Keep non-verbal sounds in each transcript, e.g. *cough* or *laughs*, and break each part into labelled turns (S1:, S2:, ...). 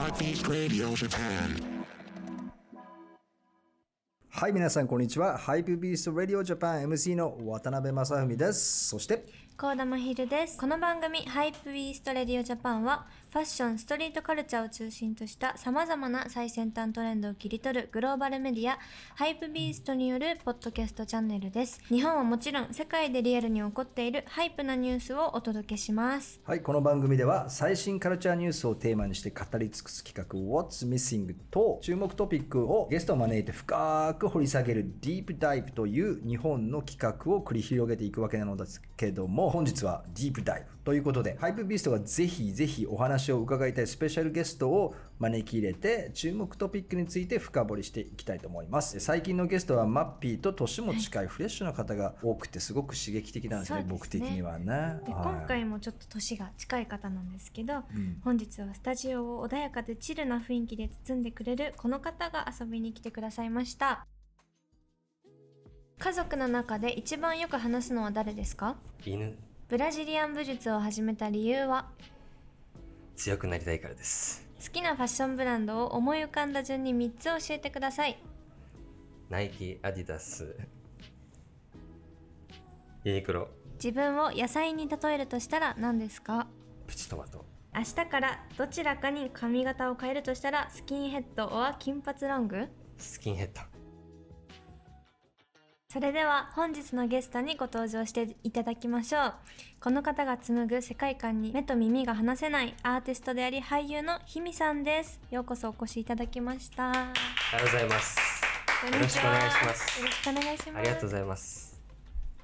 S1: Radio Japan.
S2: はい、皆さん、こんにちは。ハイプビースト・ラディオ・ジャパン MC の渡辺正文です。そして、
S3: 高田真昼ですこの番組「ハイプウィーストレディオジャパンはファッションストリートカルチャーを中心としたさまざまな最先端トレンドを切り取るグローバルメディアハイプビーストによるポッドキャストチャンネルです日本はもちろん世界でリアルに起こっているハイプなニュースをお届けします
S2: はい、この番組では最新カルチャーニュースをテーマにして語り尽くす企画 What's Missing と注目トピックをゲストを招いて深く掘り下げるディープダイブという日本の企画を繰り広げていくわけなのですけども本日はディープダイブということでハイプビーストがぜひぜひお話を伺いたいスペシャルゲストを招き入れて注目トピックについて深掘りしていきたいと思います最近のゲストはマッピーと年も近いフレッシュな方が多くてすごく刺激的なんですね
S3: そうですね
S2: 僕的にはね
S3: で
S2: はい
S3: 今回もちょっと年が近い方なんですけど、
S2: ん
S3: 本日はスタジオを穏やかでチルな雰囲気で包んでくれるこの方が遊びに来てくださいました家族の中で一番よく話すのは誰ですか
S4: 犬
S3: ブラジリアン武術を始めた理由は
S4: 強くなりたいからです
S3: 好きなファッションブランドを思い浮かんだ順に3つ教えてください
S4: ナイキアディダスユニクロ
S3: 自分を野菜に例えるとしたら何ですか
S4: プチトマト
S3: 明日からどちらかに髪型を変えるとしたらスキンヘッドは金髪ロング
S4: スキンヘッド
S3: それでは本日のゲストにご登場していただきましょうこの方が紡ぐ世界観に目と耳が離せないアーティストであり俳優のひみさんですようこそお越しいただきました
S4: ありがとうございます
S3: こん
S4: よろ
S3: に
S4: し
S3: ち
S4: くお
S3: は
S4: 願いします
S3: よろしくお願いします
S4: ありがとうございます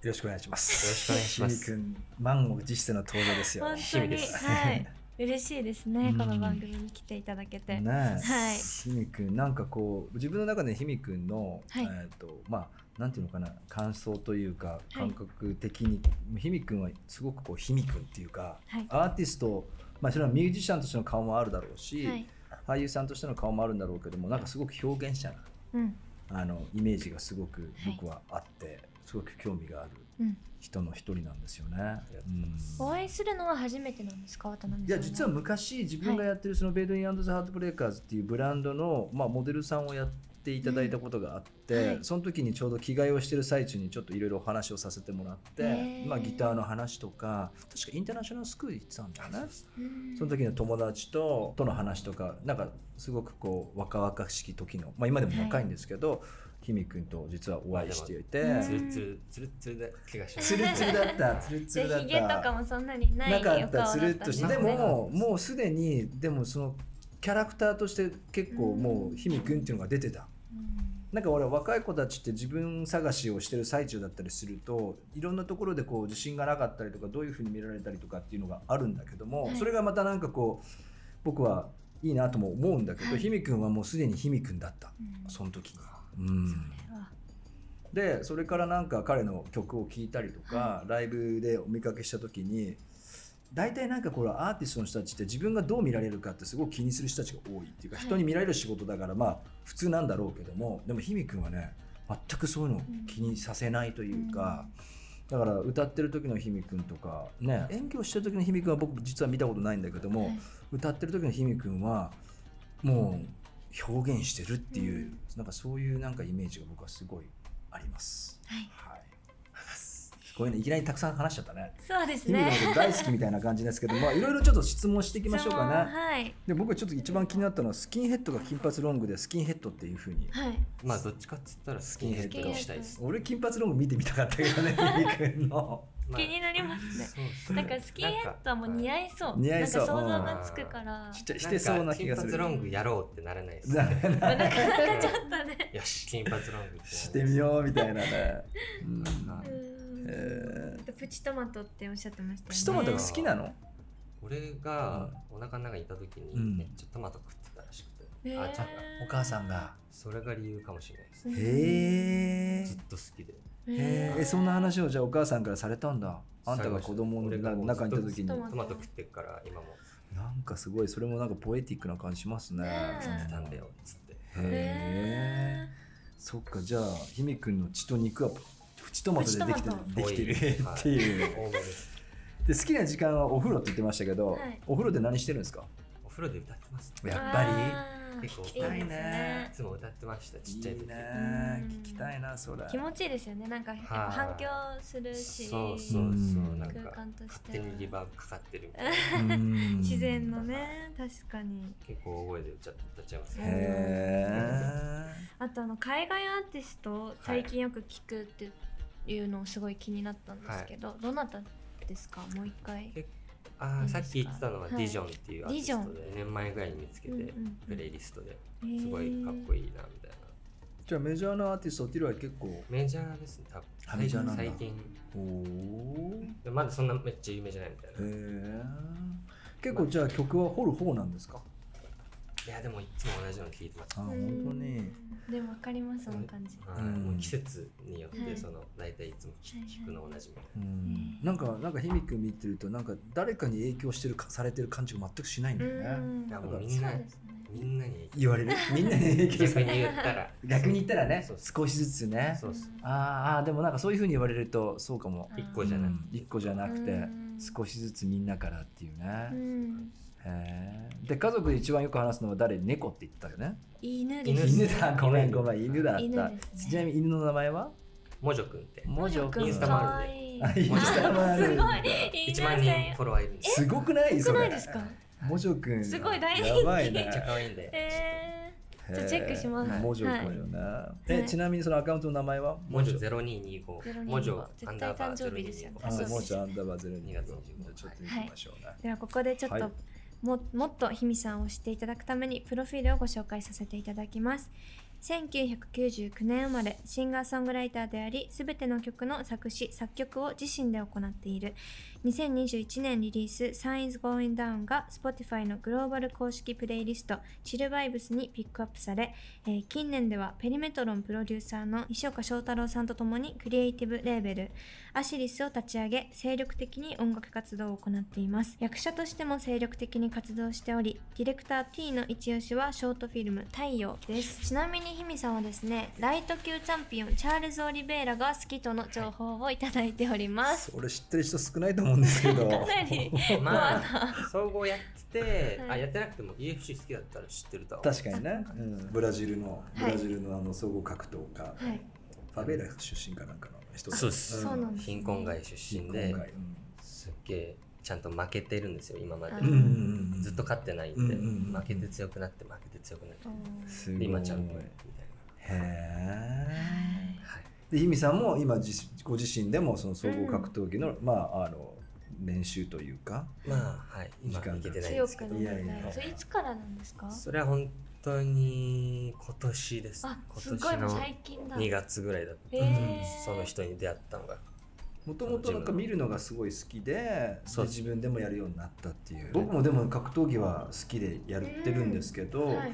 S2: よろしくお願いします。
S4: よろしくお願いします
S2: ひみくん、満を持しての登場ですよ。
S3: 本
S4: し
S3: 当
S4: み
S3: に
S4: です
S3: はい嬉しいですね、
S2: うん
S3: この番組に来ていただけて、
S2: ねえ、
S3: はい
S2: ひみくん、なんかこう、自分の中でひみくんの、
S3: はい
S2: えっ、と、まあ、なんていうのかな、感想というか、
S3: い
S2: 感覚的に、ひみくんはすごくこう、ひみくんっていうか、
S3: はい
S2: アーティスト、まあ、それはミュージシャンとしての顔もあるだろうし、
S3: はい
S2: 俳優さんとしての顔もあるんだろうけども、なんかすごく表現者な、
S3: うん
S2: あの、イメージがすごく僕はあって、すごく興味がある
S3: うん
S2: 人の一人なんですよね。
S4: りがとうございます
S3: お会いするのは初めてなんですか渡辺さん
S2: いや実は昔自分がやってるそのベイドインザ・ハートブレイカーズっていうブランドの、まあ、モデルさんをやっていただいたことがあって、
S3: うんはい
S2: その時にちょうど着替えをしてる最中にちょっといろいろお話をさせてもらって、
S3: へー
S2: まあ、ギターの話とか確かインターナショナルスクール行ってたんだよね
S3: うん
S2: その時の友達ととの話とかなんかすごくこう若々しき時の、まあ、今でも若いんですけど、ひみくんと実はお会いしていて、
S3: うん
S4: ツルツルツルツルで怪我しま
S2: ツ
S4: す
S2: ルツルだったツルツ
S3: ぜ
S2: ルだった
S3: ひゲとかもそんなにない
S2: な
S3: お
S2: か
S3: 顔
S2: ったつるっとして
S3: だ
S2: で
S3: たんすね
S2: ももうすでにでもそのキャラクターとして結構もうひみくんっていうのが出てた、
S3: うん
S2: なんか俺若い子たちって自分探しをしてる最中だったりするといろんなところでこう自信がなかったりとかどういうふうに見られたりとかっていうのがあるんだけども、
S3: はい
S2: それがまたなんかこう僕はいいなとも思うんだけど、
S3: はい
S2: ひみくんはもうすでにひみくんだった、
S3: うん
S2: その時に。うん
S3: あ
S2: でそれからなんか彼の曲を聴いたりとか、
S3: は
S2: ライブでお見かけした時に大体なんかこれアーティストの人たちって自分がどう見られるかってすごく気にする人たちが多いっていうか、
S3: はい
S2: 人に見られる仕事だからまあ普通なんだろうけどもでもひみくんはね全くそういうのを気にさせないというか、だから歌ってる時のひみくんとかね演技をしてる時のひみくんは僕実は見たことないんだけども、
S3: はい
S2: 歌ってる時のひみくんはもう表現してるっていう、
S3: うん
S2: なんかそういうなんかイメージが僕はすごいあります。
S3: はい
S2: はい。こういうのいきなりたくさん話しちゃったね。
S3: そうです
S2: ひみくんの
S3: ね
S2: こと大好きみたいな感じですけど、まあいろいろちょっと質問していきましょうか
S3: そう
S2: ね。
S3: はい
S2: で僕ちょっと一番気になったのはスキンヘッドが金髪ロングでスキンヘッドっていう風に。
S3: はい
S4: まあどっちかっつったらスキンヘッドにしたいです、
S2: 俺金髪ロング見てみたかったけどね、ひみくんの。
S4: まあ
S3: 気になりますね
S4: そうです
S3: なんかスキンヘッドも似
S4: い
S3: 合いそう
S2: 似合いそう
S3: なんか想像がつくから
S2: ちっちゃいしてそうな気がす
S4: 金
S2: る。
S4: 髪ロングやろうってならないです
S3: なかなかちょっとね
S4: よし金髪ロングってならない
S2: *laughs* してみようみたいなね。う
S4: な
S2: ん
S4: んか
S3: うん
S2: え
S3: あとプチトマトっておっしゃってましたよね
S2: プチトマトが好きなの？
S4: 俺がお腹の中にいた時に
S2: うん
S4: めっちゃトマト食ってたらしくて、
S3: へー
S4: あちゃんが
S2: お母さんが。
S4: それが理由かもしれないです
S3: うん
S2: へえ
S4: ずっと好きで
S2: へーえそんな話をじゃあお母さんからされたんだあんた
S4: され
S2: が
S4: ました
S2: 子供の
S4: 俺がもう
S2: 中にいた
S4: ずっ
S2: 時に
S3: と
S4: トマト食ってるから今も
S2: なんかすごいそれもなんかポエティックな感じしますね
S3: ねえ
S4: 食ってたんだよっつって
S2: へえそっかじゃあひみくんの血と肉はプチトマトでできて
S3: プ
S2: るできてる
S4: はい
S2: *laughs* っていう
S4: 多めです
S2: で好きな時間はお風呂って言ってましたけど
S3: はい
S2: お風呂で何してるんですか
S4: お風呂で歌ってます
S2: やっぱり
S3: り
S4: 結構
S3: いいですね
S4: い。つも歌ってましたちっちゃい時
S2: ね
S3: うん
S2: 聞きたいなそれ
S3: 気持ちいいですよね。なんかやっぱ反響するし、
S4: そうそうそうなん
S3: 空
S4: か
S3: 間とし
S4: 勝
S3: て
S4: 手
S3: は
S4: にリバーブかかってるみたいな
S2: うん
S3: *laughs* 自然のね、確かに。
S4: 結構大声で歌っ歌っちゃいますね
S2: へえ
S3: あとあの海外アーティストを最近よく聞くっていうのをすごい気になったんですけど、どなたですかもう一回。
S4: あ
S3: いい
S4: あ
S3: です
S4: さ
S3: か
S4: っき言ってたのはディジョンっていうアーティス
S3: は
S4: ト
S3: い
S4: で2年前ぐらいに見つけて
S3: うんうん
S4: プレイリストで
S3: うん
S4: すごいかっこいいなみたいな
S2: じゃあメジャーのアーティストっていうのは結構
S4: メジャーですね多
S2: あ
S4: 分
S2: メジャーなんだ
S4: 最近
S2: おお
S4: でまだそんなめっちゃ有名じゃないみたい
S2: へ
S4: な
S2: え結構じゃあ曲は掘る方なんですか
S4: いやでもいつも同じの聴いてます
S2: あ本当に
S3: うん。でもわかります、その感じ。
S4: はい
S2: うん
S4: もう季節によっ
S3: は
S4: て
S3: い
S4: その大体いつも聴
S3: はいはい
S4: くの同じみたいな
S2: うんなんかなんかひみくん見てるとなんか誰かに影響してるかされてる感じが全くしないんだよね
S3: ん
S4: いや
S3: そう
S4: もうみんな
S3: ですね。
S4: みんなに
S2: 言われるみんなに影響さ
S4: 逆
S2: れ
S4: に言ったら
S2: *laughs* 逆に言ったらね
S4: そう
S2: 少しずつね
S4: そうっす
S2: あーあーでもなんかそういうふうに言われるとそうかも
S3: あー
S4: 一個じゃなく
S2: うん一個じゃなくて
S3: うん
S2: 少しずつみんなからっていう
S3: う
S2: ね
S3: ん、
S2: へーで家族で一番よく話すのは誰猫って言ったよね
S3: 犬
S4: 犬
S3: で
S4: ですす
S2: 犬
S3: ね。
S2: だごめんごめん犬だった
S3: 犬ですね
S2: ちなみに犬の名前は
S4: もじょくんって
S2: もじょくん
S4: インスタもあるんで
S3: で
S2: あインスタもあるんだ
S4: 1万人フォロワーいるんです
S2: すごくない
S3: す
S2: そ
S3: ごくな
S2: れ
S3: いですか。
S2: もじょくん
S3: すごい大人気
S2: やばい
S4: め
S2: ね
S3: *laughs*
S4: っちゃ可愛いんで、
S3: えじゃあチェックします
S2: へーもじょくんよねえちなみにそのアカウントの名前は
S4: もじょ
S2: ゼ
S4: 0225
S3: 0225
S4: もじょア
S3: 絶
S4: ンダ
S3: 対
S4: ーバ
S3: 誕
S4: ー
S3: 生日ですよね
S2: あ
S4: 0225
S2: もじょアンダーバーゼロ
S4: 2月25
S2: ちょっと行きましょうね
S3: ー、ではここでちょっと、
S2: はい
S3: ももっとひみさんを知っていただくためにプロフィールをご紹介させていただきます。1999年生まれシンガーソングライターであり全ての曲の作詞作曲を自身で行っている2021年リリース「Signs Going Down」が Spotify のグローバル公式プレイリスト「チルバイブスにピックアップされ、えー近年ではペリメトロンプロデューサーの石岡翔太郎さんと共にクリエイティブレーベルアシリスを立ち上げ精力的に音楽活動を行っています役者としても精力的に活動しておりディレクター T の一押しはショートフィルム「太陽」ですちなみにひみさんはですねライト級チャンピオンチャールズ・オリベイラが好きとの情報をいただいております、
S2: 俺知ってる人少ないと思うんです
S3: *laughs*
S2: けど
S3: かなり
S4: まあ総合やってて、
S3: はい
S4: あやってなくても EFC 好きだったら知ってるとは思う
S2: 確かにね、うんブラジルのブラジルのあの総合格闘家、
S3: はい
S2: ファベーラ出身かなんかの人
S4: そうです、
S3: そうなんですね
S4: 貧困街出身で
S2: 今回
S4: すっげえちゃんと負けてるんですよ今まで、
S3: あ
S2: うんうんうんうん
S4: ずっと勝ってないんで、
S2: うんうんうん
S4: 負けて強くなって負けて強くなって、
S2: すごい
S4: で今ちゃんとみたい
S2: へ
S4: なは
S2: え
S4: い
S2: でひみさんも今自ご自身でもその総合格闘技の、まああの練習というか
S4: まあはい今
S2: 時間が
S4: いけてないん
S3: 強
S4: ですけ
S3: く
S4: ど
S3: な
S2: りたい
S3: りたい
S2: いやいや
S3: それいつからなんですか
S4: それは本当に今年です
S3: あ
S4: 今
S3: すごい
S4: 年
S3: もう
S4: の
S3: 最近だ
S4: 2月ぐらいだった
S3: へえ
S4: その人に出会ったのが
S2: もともとなんか見るのがすごい好きで
S4: そう
S2: で自分でもやるようになったっていう僕もでも格闘技は好きでやってるんですけど、
S3: はい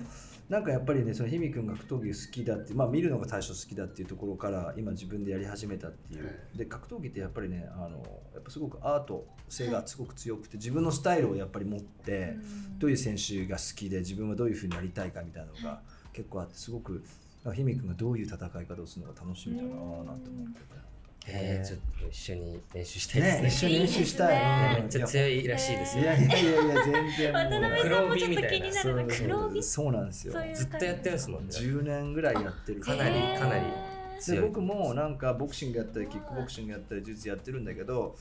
S2: なんかやっぱりねそのひみくんが格闘技好きだって、まあ、見るのが最初好きだっていうところから今自分でやり始めたっていうで格闘技ってやっぱりねあのやっぱすごくアート性がすごく強くて自分のスタイルをやっぱり持ってどういう選手が好きで自分はどういうふうになりたいかみたいなのが結構あってすごくなんかひみくんがどういう戦い方をするのが楽しみだなぁなんて思って
S4: え
S2: へえ
S4: ー、ちょっと一緒に練習した
S2: て
S4: いですね
S2: ね一緒に練習したい
S4: めっちゃ強いらしいですよ、
S2: いやいやいやいや全然もう
S3: 渡辺さんもちょっと気になるな
S2: そうそう
S3: 黒帯
S2: そうなんですよ
S3: そういう
S4: ずっとやってるんですもんね
S2: 10年ぐらいやってる
S4: かなり
S3: へー
S4: かなり
S2: で
S4: 強い
S2: 僕もなんかボクシングやったりキックボクシングやったり柔術やってるんだけど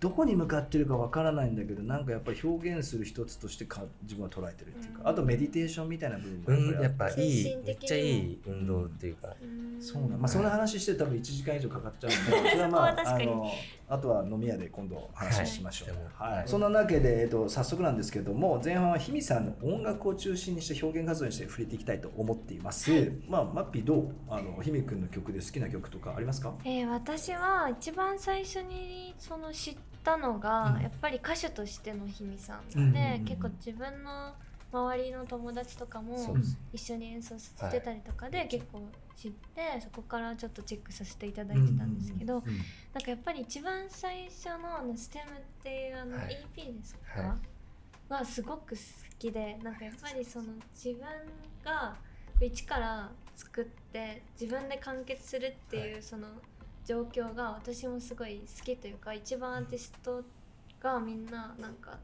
S2: どこに向かってるかわからないんだけどなんかやっぱり表現する一つとしてか自分は捉えてるっていうかあとメディテーションみたいな部
S4: う
S2: 分
S4: ん
S2: も
S4: やっぱい
S3: 精
S4: い
S3: 神
S4: めっ
S3: 的にも
S4: ちゃいい運動っていうか、
S3: うん
S2: そうなんまあその話して多分1時間以上かかっちゃうん
S3: *laughs*
S2: でそれはま
S3: そこは
S2: あ
S3: 確
S2: あ
S3: かに
S2: のあとは飲み屋で今度話しましょう、
S4: はい
S2: はいそんなわけで、えっと、早速なんですけども前半はひみさんの音楽を中心にして表現活動にして触れていきたいと思っています、まあマッピーどうあのひみくんの曲で好きな曲とかありますか
S3: えー私は一番最初にその知ったのが、
S2: うん
S3: やっぱり歌手としてのひみさんで、
S2: うんうんうんうん
S3: 結構自分の周りの友達とか
S4: そ
S3: も
S4: うです
S3: 一緒に演奏してたりとかで結構知って、そこからちょっとチェックさせていただいてたんですけど、
S2: うんうんうん
S3: なんかやっぱり一番最初のあのステムっていうあの
S4: はい
S3: EP ですか、
S4: は
S3: はすごく好きでなんかやっぱりその自分が一から作って自分で完結するってい
S4: は
S3: うその状況が私もすごい好きというか一番アーティストがみんななんか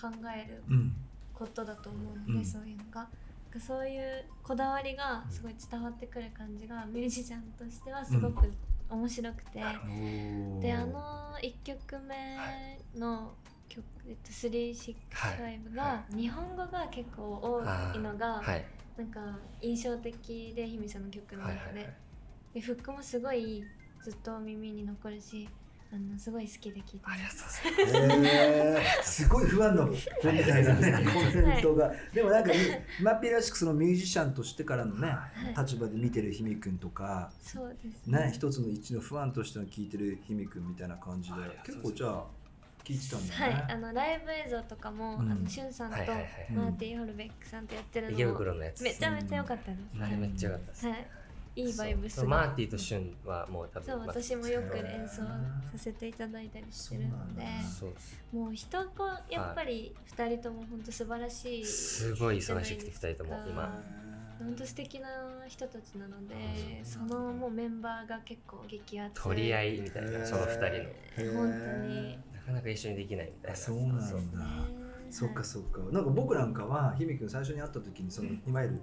S3: 考える
S2: うん
S3: こことだと思うので、
S2: うん
S3: そういうのがなんかそういうこだわりがすごい伝わってくる感じがミュージシャンとしてはすごく面白くて、であの1曲目の曲「えっと365」が日本語が結構多いのが、
S4: はい
S3: なんか印象的でひみさんの曲の
S4: はい
S3: 中
S4: は
S3: で,、
S4: いはい
S3: でフックもすごいずっと耳に残るしあのすごい好きで聴いて
S4: あ
S3: ま
S4: りが
S3: す
S4: とう
S2: えーすごい不安の本みたいなねコメントが、でもなんかマッピーらしくそのミュージシャンとしてからのね
S3: はい、
S2: 立場で見てるひみくんとか、
S3: そうですね
S2: ね、一つの一の不安としての聞いてるひみくんみたいな感じで
S4: ありがと
S2: 結
S4: う
S2: 構
S4: ご
S2: じ
S4: ざ
S2: ゃ
S4: い
S2: あ聞いてたんだ
S3: はい、あ
S2: ね。
S3: のライブ映像とかも、
S2: うん
S3: あのしゅんさんと
S4: はいはいはい
S3: マーティー・ホルベックさんとやってる
S4: 池
S3: のも、
S4: 袋のやつ
S3: めちゃめちゃ良かったです、
S4: あれめっちゃ良かったです
S3: はいいいバイブス
S4: そうマ
S3: が
S4: ーティーとシュンはもう多分
S3: そう私もよく演奏
S2: へー
S3: させていただいたりしてるので
S2: そうなんだ
S4: そうです
S3: もう人こうやっぱり二人とも本当素晴らしい
S4: すごい忙しくて二人とも
S3: あ
S4: 今
S3: 本当素敵な人たちなので
S4: あ
S2: そう
S3: そ
S2: なんだ
S3: のもうメンバーが結構激アツ
S4: 取り合いみたいなその二人の
S2: 人
S3: 本当に
S4: なかなか一緒にできないみたいな
S2: あそうなんだ
S4: そ
S2: そっかそ
S3: そ
S2: っかなんか僕なんかはひみくん最初に会った時にそのいわゆる、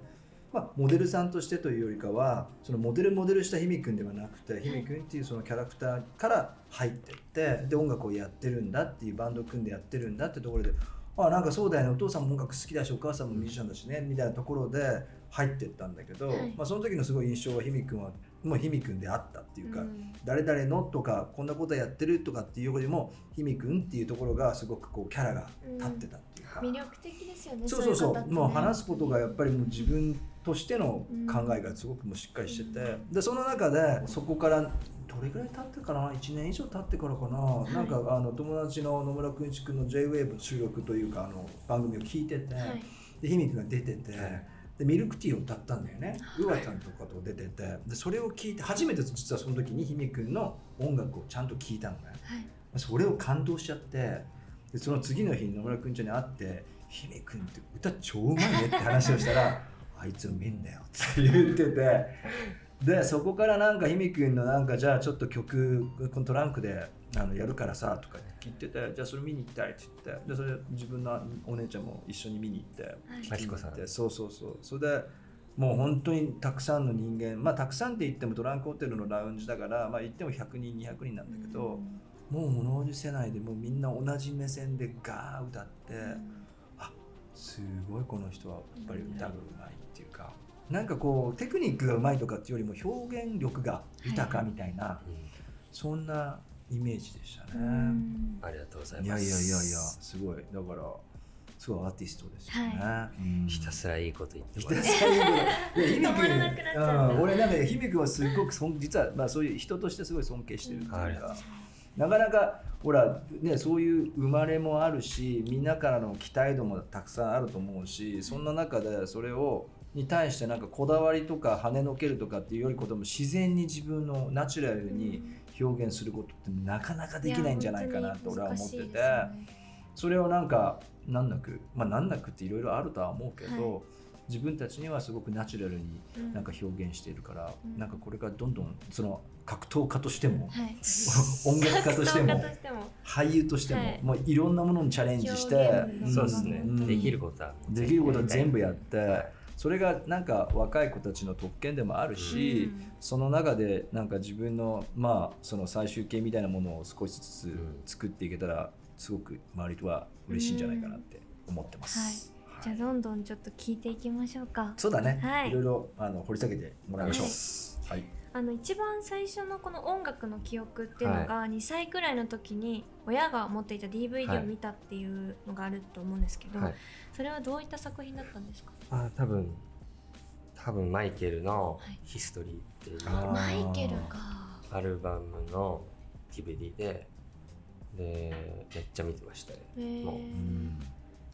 S2: まあ、モデルさんとしてというよりかはそのモデルモデルしたひみくんではなくてひみくんっていうそのキャラクターから入ってってで音楽をやってるんだっていうバンド組んでやってるんだってところであなんかそうだよねお父さんも音楽好きだしお母さんもミュージシャンだしねみたいなところで入ってったんだけど、
S3: はい
S2: まあ、その時のすごい印象はひみくんはもうひみくんであったっていうか、誰々のとかこんなことやってるとかっていうよりもひみくんっていうところがすごくこうキャラが立ってたっていうか、
S3: 魅力的ですよね
S2: そうそうそう
S3: い方ってね
S2: もう話すことがやっぱりもう自分としての考えがすごくもうしっかりしてて、
S3: うん
S2: でその中でそこからどれぐらい経ってかな1年以上経ってからかな、
S3: い
S2: なんかあの友達の野村くんちくんの JWAVE の収録というかあの番組を聞いてて、
S3: はい
S2: でひみくんが出てて。
S4: はい
S2: でミルクティーを歌ったんだよねうわちゃんとかと出ててでそれを聞いて初めて実はその時にひみくんの音楽をちゃんと聞いたのね
S3: はい
S2: それを感動しちゃってでその次の日に野村くんちゃんに会って「ひめくんって歌超うまいね」って話をしたら *laughs* 「あいつうめえんだよ」って言っててでそこからなんかひめくんのなんかじゃあちょっと曲このトランクであのやるからさとか言ってて「じゃあそれ見に行きたい」って言ってでそれ自分のお姉ちゃんも一緒に見に行って
S3: はい
S4: マキコさん
S2: 聞いてそうそうそうそれでもう本当にたくさんの人間まあたくさんって言ってもトランクホテルのラウンジだからまあ言っても100人200人なんだけど、もう物おじせないでもうみんな同じ目線でガー歌って、
S3: うん
S2: すごいこの人はやっぱり歌がうまいっていうか、なんかこうテクニックがうまいとかっていうよりも表現力が豊かみたいな、
S4: うん
S2: そんなイメージでしたね、
S3: うん
S4: ありがとうござい
S2: いや
S4: ま
S2: い
S4: す
S2: やいやいやすごいだからすごいアーティストですよね、うん
S4: ひたすらいいこと言って
S2: ひ
S4: もら
S2: た
S4: う
S2: す *laughs* らいいこといやひめ
S3: 止まらなくなっちゃった
S2: うん俺なんかひめくんはすごく尊実はまあそういう人としてすごい尊敬してるっていう
S4: はい
S2: か、なかなかほらねそういう生まれもあるしみんなからの期待度もたくさんあると思うしそんな中でそれをに対してなんかこだわりとか跳ねのけるとかっていうよりことも自然に自分のナチュラルに表現することってなかなかできないんじゃないかなと俺は思ってて、
S3: いや本当に難しいですよね
S2: それをなんか難なくまあ難なくっていろいろあるとは思うけど、
S3: は
S2: 自分たちにはすごくナチュラルに
S3: うん
S2: なんか表現しているから、
S3: うん
S2: なんかこれからどんどんその格闘家としても、
S3: はい
S2: *laughs* 音楽家として
S3: 格
S2: も
S3: 闘家としても
S2: 俳優としても、
S3: はいい、
S2: もういろんなものにチャレンジして
S3: 表現
S2: ん
S4: そうですね、
S2: うん
S4: できることは
S2: できることは全部やって、
S4: はい
S2: それがなんか若い子たちの特権でもあるし、
S3: うん
S2: その中でなんか自分のまあその最終形みたいなものを少しずつ
S4: ん
S2: 作っていけたらすごく周りとは嬉しいんじゃないかなって思ってます。はい
S3: じゃあどんどんちょっと聞いていきましょうか
S2: そうだね、
S3: はい
S2: いろいろあの掘り下げてもらいましょう。はい、
S3: あの一番最初のこの音楽の記憶っていうのが2歳くらいの時に親が持っていた DVD を見たっていうのがあると思うんですけど、
S4: はい
S3: それはどういった作品だったんですか、
S4: あ多分多分マイケルの
S3: はい
S4: 「ヒストリー」っていう
S2: あー
S3: マイケルか
S4: アルバムの DVD ででめっちゃ見てましたね
S3: へー
S4: もう
S2: うん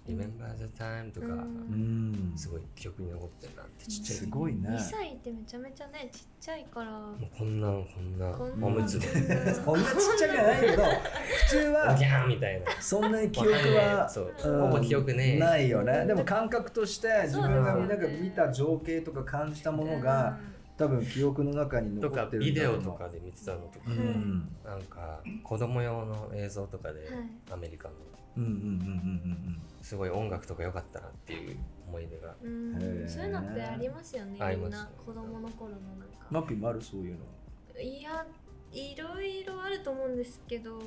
S4: 「Remember the Time」とか、
S3: うん
S2: うん、
S4: すごい記憶に残ってるなってちっちゃい
S2: す
S4: 時
S2: ごいね。
S3: 2歳ってめちゃめちゃねちっちゃいから
S4: もうこんなこんな
S3: こんな
S4: おむつ
S3: *laughs*
S4: で「
S2: こんなちっちゃくはないけど普通
S4: お
S2: は
S4: ぎゃー」みたいな
S2: そんなに記憶
S4: わかんない
S2: は
S4: そう
S2: うん
S4: ほぼ記憶ね
S2: ないよねでも感覚として自分が
S4: そう
S2: なん
S4: です
S2: か
S3: よね
S2: 見た情景とか感じたものが
S3: うん
S2: 多分記憶の中に残
S4: と
S2: っ
S4: か
S2: てるんだ
S4: ビデオとかで見てたのとか
S2: うん、うん
S4: なんか子供用の映像とかで、アメリカの
S2: うんうんうんうん
S4: すごい音楽とか良かったなっていう思い出が
S5: うん
S2: へえ
S3: そういうのってありますよね
S4: あり
S3: みん
S4: ます
S3: な子供の頃のな
S2: うん
S3: んか
S2: マッピーもあるそういうの
S3: いやいろいろあると思うんですけど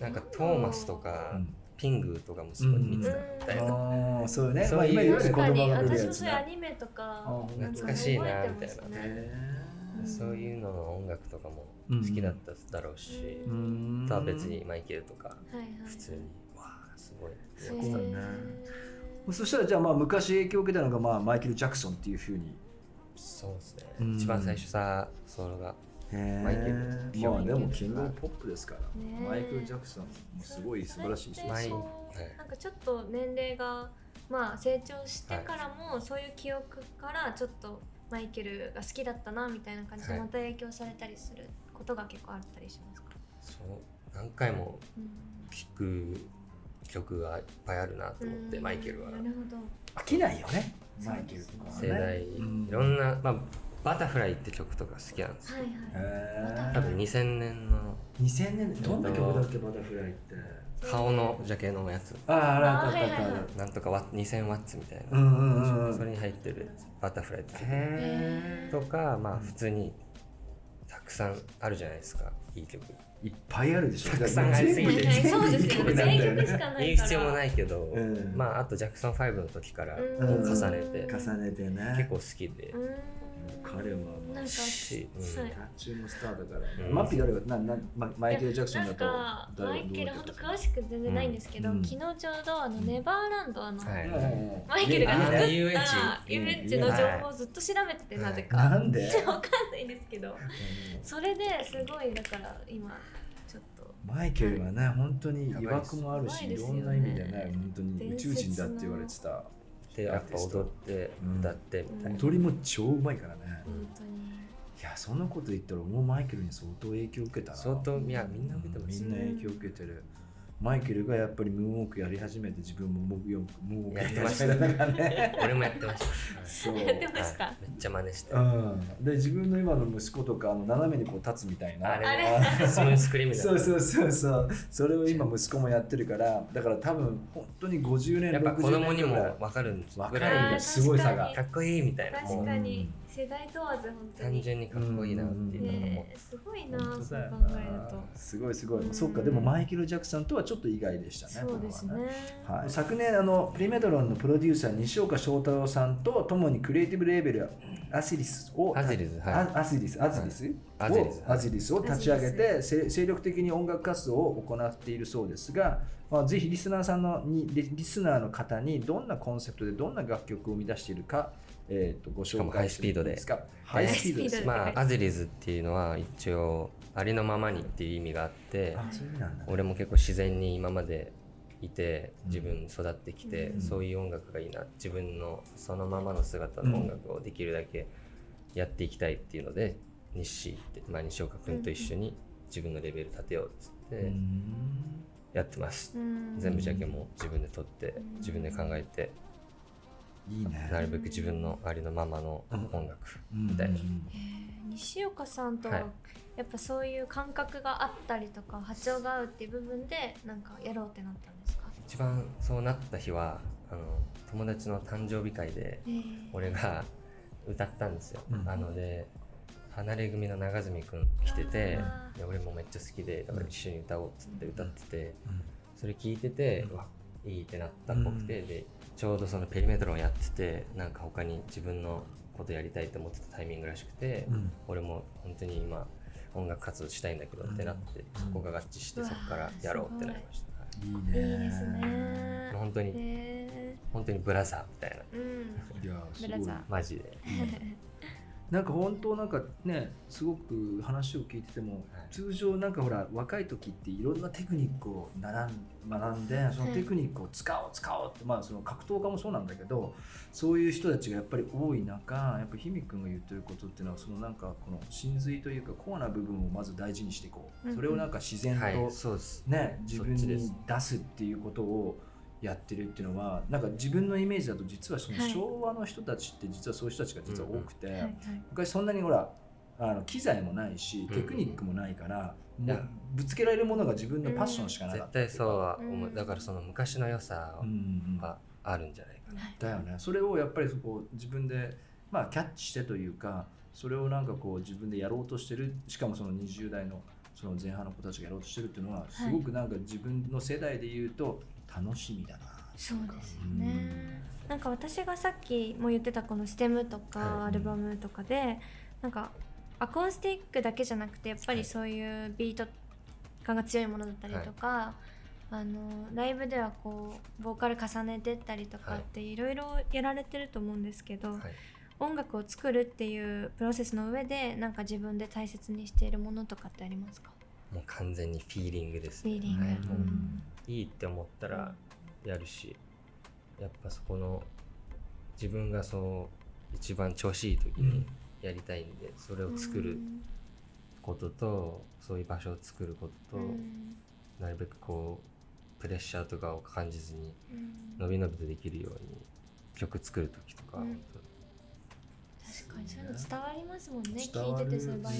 S4: なんかトーマスとかピングとかもすごい見てたみたいな、
S2: ああーそうね
S4: そう
S2: まあ、今い
S4: いう
S2: わゆる
S3: 確
S2: 子
S3: かに
S2: 供が見るやつ
S3: 私もそういうア
S2: ね
S3: ニメと
S2: あ
S3: か
S2: ー
S3: なん
S2: 懐かしい
S4: な
S3: 覚えてます
S4: みたいな
S3: ね
S2: へー
S4: そういうのの音楽とかも好きだっただろうし、
S3: う
S2: うん
S4: とは別にマイケルとか
S3: はいはい
S4: 普通に、わあすごい
S3: へ
S2: そうだね
S3: ー
S2: そしたらじゃあまあ昔影響を受けたのがまあマイケル・ジャクソンっていうふうに
S4: そうですね、
S2: うん
S4: 一番最初さソロが
S2: マ
S4: マイケル
S3: ジャクソン
S2: まあでもキングオブポップですから、
S3: ねえ
S2: マイケル・ジャクソンもすごい素晴らしい人
S3: それ
S2: で
S3: っ
S2: す
S4: 前
S3: てそう
S4: はい
S3: なんかちょっと年齢がまあ成長してからもそういう記憶からちょっとマイケルが好きだったなみたいな感じで
S4: はい
S3: また影響されたりすることが結構あったりしますか、
S4: そう何回も
S3: うん
S4: 聴く曲がいっぱいあるなと思って、マイケルは
S3: なるほど
S2: 飽きないよねマイケルとかは
S4: 世
S2: ね
S4: 代、
S2: うん
S4: いろんな、まあ、バタフライって曲とか好きなんですよ
S3: はいはい、
S2: へ
S4: 多
S2: ー
S4: 分2000年の
S2: 2000年どんな曲だっけバタフライって
S4: 顔のジャケのやつ
S2: あああらあったあ
S3: あ
S2: ったあ
S3: ー
S2: った
S3: はいはいはい
S4: なんとかワッ2000ワッツみたい
S2: うん
S4: な、
S2: うんうん
S4: そ
S2: うん
S4: れに入ってるバタフライって曲
S2: へ
S4: とかまあ普通にたくさんあるじゃないですかいい曲
S2: ーいっぱいあるでしょ
S4: たくさんありすぎ
S3: はい
S4: て
S3: はい、そうですよ
S2: 全部いい曲な
S3: ね。
S2: んだよ
S3: 全
S2: ね
S3: 曲しかないから。。
S4: 言う必要もないいけど、
S2: うん
S4: まああとジャクソン5の時から
S3: うん
S4: もう重ねて
S3: うん
S2: 重ねて
S4: 結
S2: ね
S4: 構好きで
S3: う、ーん
S2: 彼はま
S3: なんか
S4: し、うん
S3: はい
S2: 中のスターだから、
S4: うん
S2: マッピー誰がななママイケル・ジャクソン
S3: な
S2: だ
S3: ん
S2: と
S3: かマ
S2: 誰
S3: イ
S2: がどう
S3: ケル
S2: 思
S3: 本
S2: って
S3: 当
S2: る
S3: 詳しく全然ないんですけど、
S2: うん
S3: 昨日ちょうどあのネバーランドあの、
S4: はい
S2: うん
S3: マイケルが作った
S4: あ遊園地
S3: 遊園地の情報をずっと調べてて、
S4: うん
S3: なぜか。
S2: なんで
S3: ちょっと *laughs* わかんないんですけど、それですごいだから今ちょっと
S2: マイケルはね、本当に疑惑もあるし、
S3: やばい
S2: い
S3: ですよ
S2: ろ
S3: ね
S2: んな意味でね、本当に宇
S3: 伝説
S2: 宙人だっ
S3: の
S2: て言われてた。
S4: でやっぱ踊って
S2: うん
S4: 歌ってみたいな、
S2: 踊りも超うまいからね。
S3: 本当に
S2: いや、そんなこと言ったら、もうマイケルに相当影響受けたな。
S4: 相当いやみんな受けて
S2: うん
S4: ま
S2: み
S4: す
S2: んな影響受けてる。マイケルがやっぱりムーンウォークやり始めて、自分もムーンウォークやり始めたか
S4: *laughs*
S2: らね。
S4: 俺もやってました、
S2: そう。
S3: やってま
S4: は
S3: し
S4: い
S3: た。
S4: めっちゃ真似して、
S2: うん、で自分の今の息子とかあの斜めにこう立つみたいな
S4: あれ
S3: あれ
S4: スムースクリームだ
S2: *laughs* そうそうそうそうそれを今息子もやってるからだから多分本当に50年
S4: やっぱ子供に
S2: 60年ぐらい
S4: も分かるんです
S2: 分
S4: ぐ
S2: かるん
S4: ら
S2: だ
S4: い
S2: よすごい差が
S3: あー確
S4: かっこいいみたいなも
S3: 確
S4: う
S3: かに世代問わず本当
S4: 単
S3: に。
S4: 純にかっこいいなっていうのも
S3: ねえすごいな
S2: 本当
S3: そう
S2: だよ
S3: 考
S2: な
S3: えると。
S2: すごいすごい、
S3: うん
S2: そっかでもマイケル・ジャクソンとはちょっと意外でしたね
S3: そうですね
S2: 僕は。はい、昨年あのプリメドロンのプロデューサー西岡翔太郎さんと共にクリエイティブレーベルアシリスを
S4: アジリズはい
S2: あアシリスアジリス、
S4: アジリス
S2: をアジリスを立ち上げてせ精力的に音楽活動を行っているそうですが、まあ、ぜひリスナーさんのにリリスナーの方にどんなコンセプトでどんな楽曲を生み出しているか、えー、とご紹介してもいいですかハ
S4: ハ
S2: イ
S4: イ
S2: ス
S4: ス
S2: ピ
S3: ピ
S2: ー
S3: ー
S2: ド
S3: ド
S2: で
S3: ですす
S2: か
S4: まあアジリズっていうのは一応ありのままにっていう意味があって
S2: あそういう意味なんだ、ね、
S4: 俺も結構自然に今までいて
S2: うん
S4: 自分育ってきて、
S2: うん
S4: そういう音楽がいいな自分のそのままの姿の音楽をできるだけやっていきたいっていうので日誌って、まあ、西岡君と一緒に自分のレベル立てようっつって
S2: うん
S4: やってます、
S3: うん
S4: 全部ジャケも自分で撮って
S3: うん
S4: 自分で考えて
S2: いいね
S4: なるべく自分のありのままの音楽、
S2: み
S4: たいな
S3: へえ西岡さんと
S4: は
S3: はいやっぱそういう感覚があったりとか波長が合うっていう部分でなんかやろうってなったんですか。
S4: 一番そうなった日はあの友達の誕生日会で
S3: へえ
S4: 俺が歌ったんですよ、
S2: うん
S4: なので離れ組の長住くん来てて
S3: あー
S4: で俺もめっちゃ好きでだから一緒に歌おうっつって歌っててそれ聞いてて、うわいいってなったっぽくて、でちょうどそのペリメトロンやっててなんか他に自分のことやりたいと思ってたタイミングらしくて、
S2: うん
S4: 俺も本当に今音楽活動したいんだけどってなって、
S2: うん
S4: そこが合致して
S3: うわ
S4: そ
S3: ー
S4: こからやろうってなりました、はい
S2: いい
S3: いい
S2: ね
S3: ですね。
S4: 本当に
S3: へえ
S4: 本当にブラザーみたいな
S3: うん。
S2: いやすご
S3: ブラ
S2: い
S3: ザー
S4: マジで
S2: なんか本当なんかねすごく話を聞いてても、
S4: はい
S2: 通常なんかほら若い時っていろんなテクニックを学ん学んでそのテクニックを使おう使おうって、まあその格闘家もそうなんだけどそういう人たちがやっぱり多い中やっぱひみくんが言ってることっていうのはそのなんかこの真髄というかコアな部分をまず大事にしていこう、
S3: うんうん
S2: それをなんか自然と、
S4: はいそうです
S2: ね自分
S4: そっちで
S2: に
S4: す
S2: 出すっていうことをやってるっていうのはなんか自分のイメージだと実はその
S3: はい
S2: 昭和の人たちって実はそういう人たちが実は多くて、
S3: はいはい
S2: 昔そんなにほらあの機材もないし
S4: うん
S2: テクニックもないから、
S4: ん
S2: もうぶつけられるものが自分のパッションしかなか
S4: 絶
S2: った
S4: 対そうは思
S3: う
S4: うんだからその昔の良さ
S2: うんうん
S4: があるんじゃないかな、
S2: だよねそれをやっぱりそこ自分で、まあ、キャッチしてというかそれをなんかこう自分でやろうとしてるしかもその20代のその前半の子たちがやろうとしてるっていうのはすごくなんか自分の世代で言うと楽しみだな、
S3: そうですよね。なんか私がさっきも言ってたこのステムとか
S4: はい
S3: アルバムとかでなんかアコースティックだけじゃなくてやっぱ
S4: は
S3: り
S4: い
S3: そういうビート感が強いものだったりとかあのライブではこうボーカル重ねてったりとかっていろいろやられてると思うんですけど
S4: はい、
S3: 音楽を作るっていうプロセスの上でなんか自分で大切にしているものとかってありますか
S4: もう完全にフィーリングです
S3: フィーリン
S4: は
S3: グ
S4: い、
S3: う
S4: も
S3: ん
S4: ういいって思ったらやるしやっぱそこの自分がそう一番調子いい時にやりたいんで、それを作ることとそういう場所を作ることと、
S3: うん
S4: なるべくこうプレッシャーとかを感じずに
S3: うん
S4: 伸び伸びとできるように曲作る時とか、
S3: うん
S4: 本当
S3: 確かにそういうの伝わりますもんね
S2: 伝
S3: 聞
S2: わ
S3: い
S2: る
S3: ててそういう場合と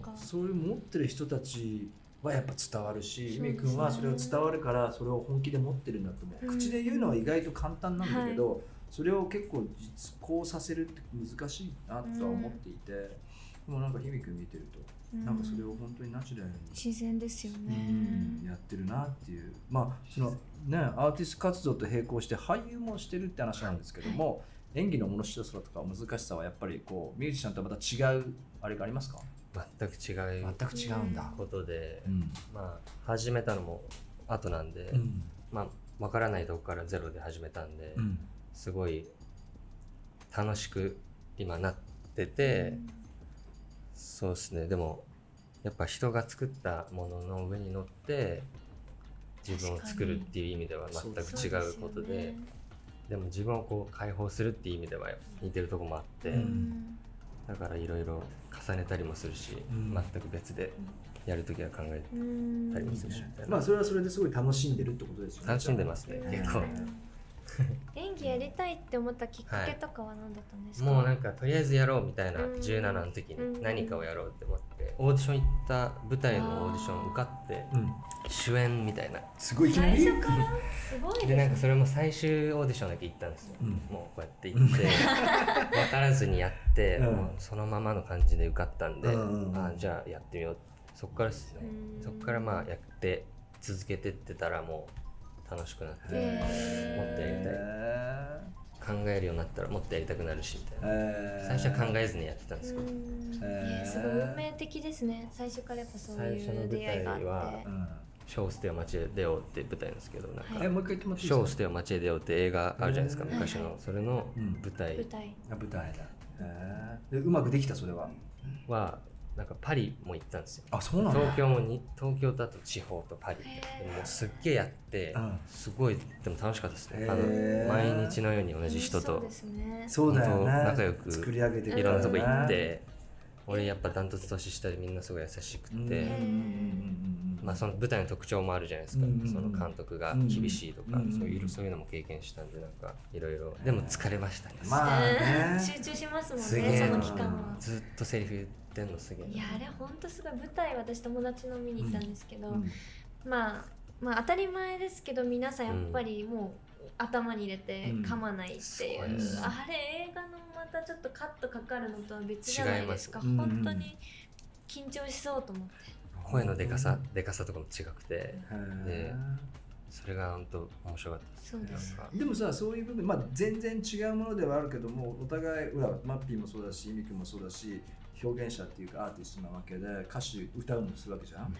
S2: う
S3: か
S2: ん。そういう持ってる人たちはやっぱ伝わるし、
S3: そ
S2: ゆ
S3: うですね
S2: めくんはそれを伝わるからそれを本気で持ってるんだと思う、
S3: うん
S2: 口で言うのは意外と簡単なんだけど、それを結構実行させるって難しいなとは思っていて、でもなんかひめくん見てると、なんかそれを本当にナチュラルに、
S3: 自然ですよ
S2: う
S3: ね。
S2: んやってるなっていうまあそのねアーティスト活動と並行して俳優もしてるって話なんですけども、演技の面白さとか難しさはやっぱりこうミュージシャンとはまた違うあれがありますか
S4: 全く違う
S2: 全く違うんだ。
S4: ことで、
S2: うん
S4: まあ始めたのも後なんで、
S2: うん
S4: まあ分からないとこからゼロで始めたんで、
S2: うん
S4: すごい楽しく今なってて、そうですねでもやっぱ人が作ったものの上に乗って自分を作るっていう意味では全く違うことでで,、も自分をこう解放するっていう意味では似てるとこもあって、
S2: うん
S4: だからいろいろ重ねたりもするし、
S2: うん
S4: 全く別でやるときは考えてたりもするしみたいな、
S2: まあそれはそれですごい楽しんでるってことですよね。
S4: 楽しんでます
S3: う
S4: ね
S3: ん
S4: 結構
S3: う。ん *laughs* 演技やりたいって思ったきっかけとかは何だったんですか。
S4: もうなんかとりあえずやろうみたいな
S3: うん
S4: 17の時
S3: うん
S4: に何かをやろうって思ってオーディション行った舞台のオーディション受かって
S2: うん。
S4: 主演みたいな
S2: すごいいきな
S3: 最
S2: り。
S3: 初からすごい
S4: で
S3: で
S4: なんかそれも最終オーディションだけ行ったんですよ、
S2: うん
S4: もうこうやって行
S2: *laughs*
S4: って分からずにやって、
S2: うん
S4: もうそのままの感じで受かったんで、
S2: うんうんうん
S4: あじゃあやってみようそっからですね
S3: うん
S4: そっからまあやって続けてってたらもう楽しくなって
S3: へー。
S4: もっとやりたい
S2: へ
S4: 考えるようになったらもっとやりたくなるしみたいな
S2: ー
S4: 最初は考えずにやってたんですす
S3: う
S4: けど、
S3: ん
S2: へー
S3: ねすごい運命的ですね。最初からやっぱそういう出会
S4: 最初の舞
S3: いが
S4: 台
S3: あっ
S4: は
S3: て
S2: う。ん
S4: 小ステを街へ出ようって舞台なんですけどなん
S3: は
S4: か
S2: えもう一回言ってもら
S4: 「
S2: っていい
S4: 小
S2: で
S4: ス
S2: すか。
S4: テを街へ出よう」って映画あるじゃないですか
S2: うん
S4: 昔のそれの
S2: うん
S4: 舞台
S3: 舞台。
S2: あ舞台だ。へーでうまくできたそれは。
S4: はなんかパリも行ったんですよ
S2: あそうなんだ。
S4: 東京もに東京だと地方とパリで
S3: へー
S4: でももうすっげえやって
S2: うん
S4: すごいでも楽しかったですねあ
S2: へ
S4: の
S2: ー
S4: 毎日のように同じ人
S3: そう
S4: と
S3: ですね。
S2: そうだよね。
S4: 本当仲良く
S2: 作り上げて
S4: いろんなとこ行っ
S2: ね。
S4: て俺やっぱダントツ年下でみんなすごい優しく
S2: うん
S4: てまあその舞台の特徴もあるじゃないですか
S2: うん
S4: その監督が厳しいとか
S2: うん
S4: そういうそういうのも経験したんでなんかいろいろでも疲れましたね
S2: まあね
S3: 集中しますも
S4: す
S3: ん
S4: げえ
S3: ね。そ
S4: な
S3: の期間は。
S4: ずっとセリフ言ってんのすげえない
S3: やあれほんとすごい舞台私友達の見に行ったんですけど、
S2: うん
S3: まあまあ当たり前ですけど皆さんやっぱりもう頭に入れて
S2: うん
S3: 噛まないっていう、
S4: そうです
S3: あれ映画のまたちょっとカットかかるのとは別じゃないですか
S2: 違います
S3: 本当に緊張しそうと思って、
S4: 声のでかさでかさとかも違くて
S2: へー
S4: でそれが本当面白かったです
S3: そうです
S4: なんか
S2: でもさそういう部分、まあ、全然違うものではあるけどもお互いほらマッピーもそうだしミクもそうだし表現者っていうかアーティストなわけで歌手歌うのもするわけじゃん、
S3: はい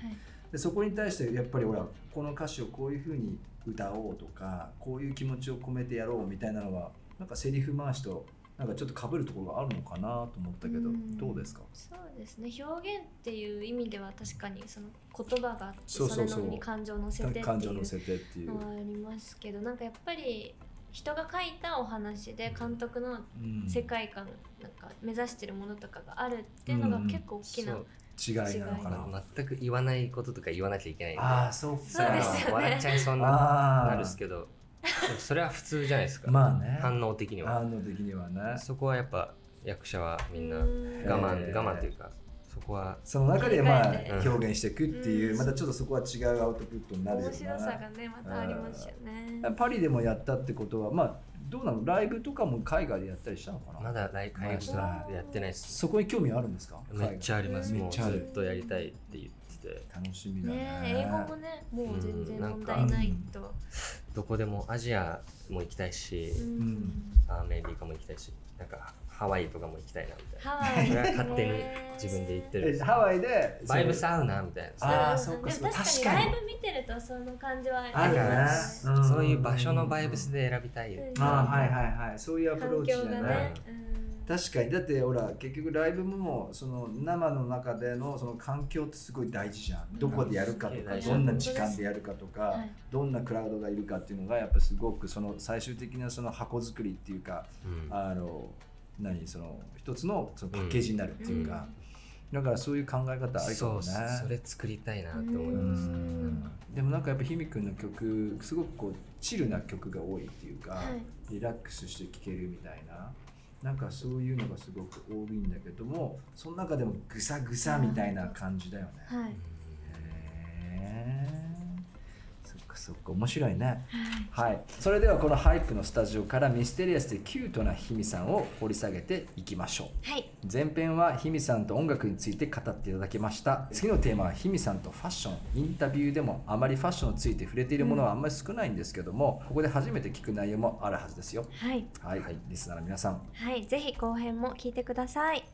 S2: でそこに対してやっぱりほらこの歌詞をこういうふうに歌おうとかこういう気持ちを込めてやろうみたいなのはなんかセリフ回しとなんかちょっと被るところがあるのかなと思ったけど
S3: うん
S2: どうですか
S3: そうですね表現っていう意味では確かにその言葉があって
S2: そうそうそう
S3: れのに感情を乗せてっていう
S2: 感情のせてっていう
S3: の。はありますけどなんかやっぱり人が書いたお話で監督の
S2: うん
S3: 世界観なんか目指してるものとかがあるっていうのが結構大きな、
S4: そう
S2: 違いなのかな。
S4: まあ全く言わないこととか言わなきゃいけないんで
S2: ああそうか。
S3: そうですよね
S4: 笑っちゃいそうにな
S2: ああ
S4: なるんですけどもそれは普通じゃないですか、
S2: まあね
S4: 反応的には
S2: 反応的にはね
S4: そこはやっぱ役者はみんな
S1: う
S4: 我
S1: ん
S4: 慢、
S2: へー
S4: 我慢というかそこは
S2: その中でまあ
S1: 切り
S4: 替えて
S2: 表現していくっていう、
S1: うん
S2: またちょっとそこは違うアウトプットになるよ
S1: 面
S2: な
S1: 白さがねまたありますよね
S2: パリでもやったってことはまあどうなのライブとかも海外でやったりしたのかな、
S4: まだ来会議はやってないです
S2: そこに興味あるんですか
S4: めっち
S2: ゃ
S4: ゃあります
S2: め
S4: も
S2: っ
S4: う
S2: ち
S4: ず
S2: ゃある
S4: っとやりたいって言ってて
S2: 楽しみだね
S1: ね英語もねもう全然
S4: うんなん
S1: 問
S4: か
S1: 題ないと
S4: どこでもアジアも行きたいし、
S1: うん
S4: アメリカも行きたいしなんかハワイとかも行きたいなみたいな
S1: ハワイ
S4: それは勝手に自分で行ってるんで
S2: え
S4: す
S2: ハワイで
S4: バイブサウナみたいな
S2: あー
S1: そ
S2: そうっか
S1: で
S2: そ
S1: も
S2: っか
S1: 確
S2: 確
S1: か
S2: か
S1: に
S2: に
S1: ライブ見てるとその感じは
S2: ある
S1: よ
S2: ね
S1: ね
S2: ん
S4: そういう場所のバイブスで選びたい、
S1: うん
S2: ああはいはいはいそういうアプロ
S1: 環
S2: ーチだ
S1: 境が
S2: ね
S1: ねうん
S2: 確かにだってほら結局ライブもその生の中でのその環境ってすごい大事じゃんどこでやるかとか
S4: うん
S2: どんな時間でやるかとか
S1: はい
S2: どんなクラウドがいるかっていうのがやっぱすごくその最終的なその箱作りっていうか
S4: うん
S2: あの何その一つのそのパッケージになるっていうか、だからそういう考え方ありか
S4: そ
S2: もね
S4: うそれ作りたいなと思いうます、
S2: んでもなんかやっぱひみくんの曲すごくこうチルな曲が多いっていうか、
S1: はい
S2: リラックスして聴けるみたいななんかそういうのがすごく多いんだけどもその中でもグサグサみたいな感じだよね。
S1: はい
S2: へーそっかそっか面白いね。はい、それではこのハイプのスタジオからミステリアスでキュートなひみさんを掘り下げていきましょう。
S1: はい
S2: 前編はひみさんと音楽について語っていただきました次のテーマはひみさんとファッションインタビューでもあまりファッションについて触れているものはあんまり少ないんですけども、ここで初めて聞く内容もあるはずですよ
S1: はい
S2: はい、
S4: はい
S2: リスナーの皆さん
S3: はい、ぜひ後編も聞いてください。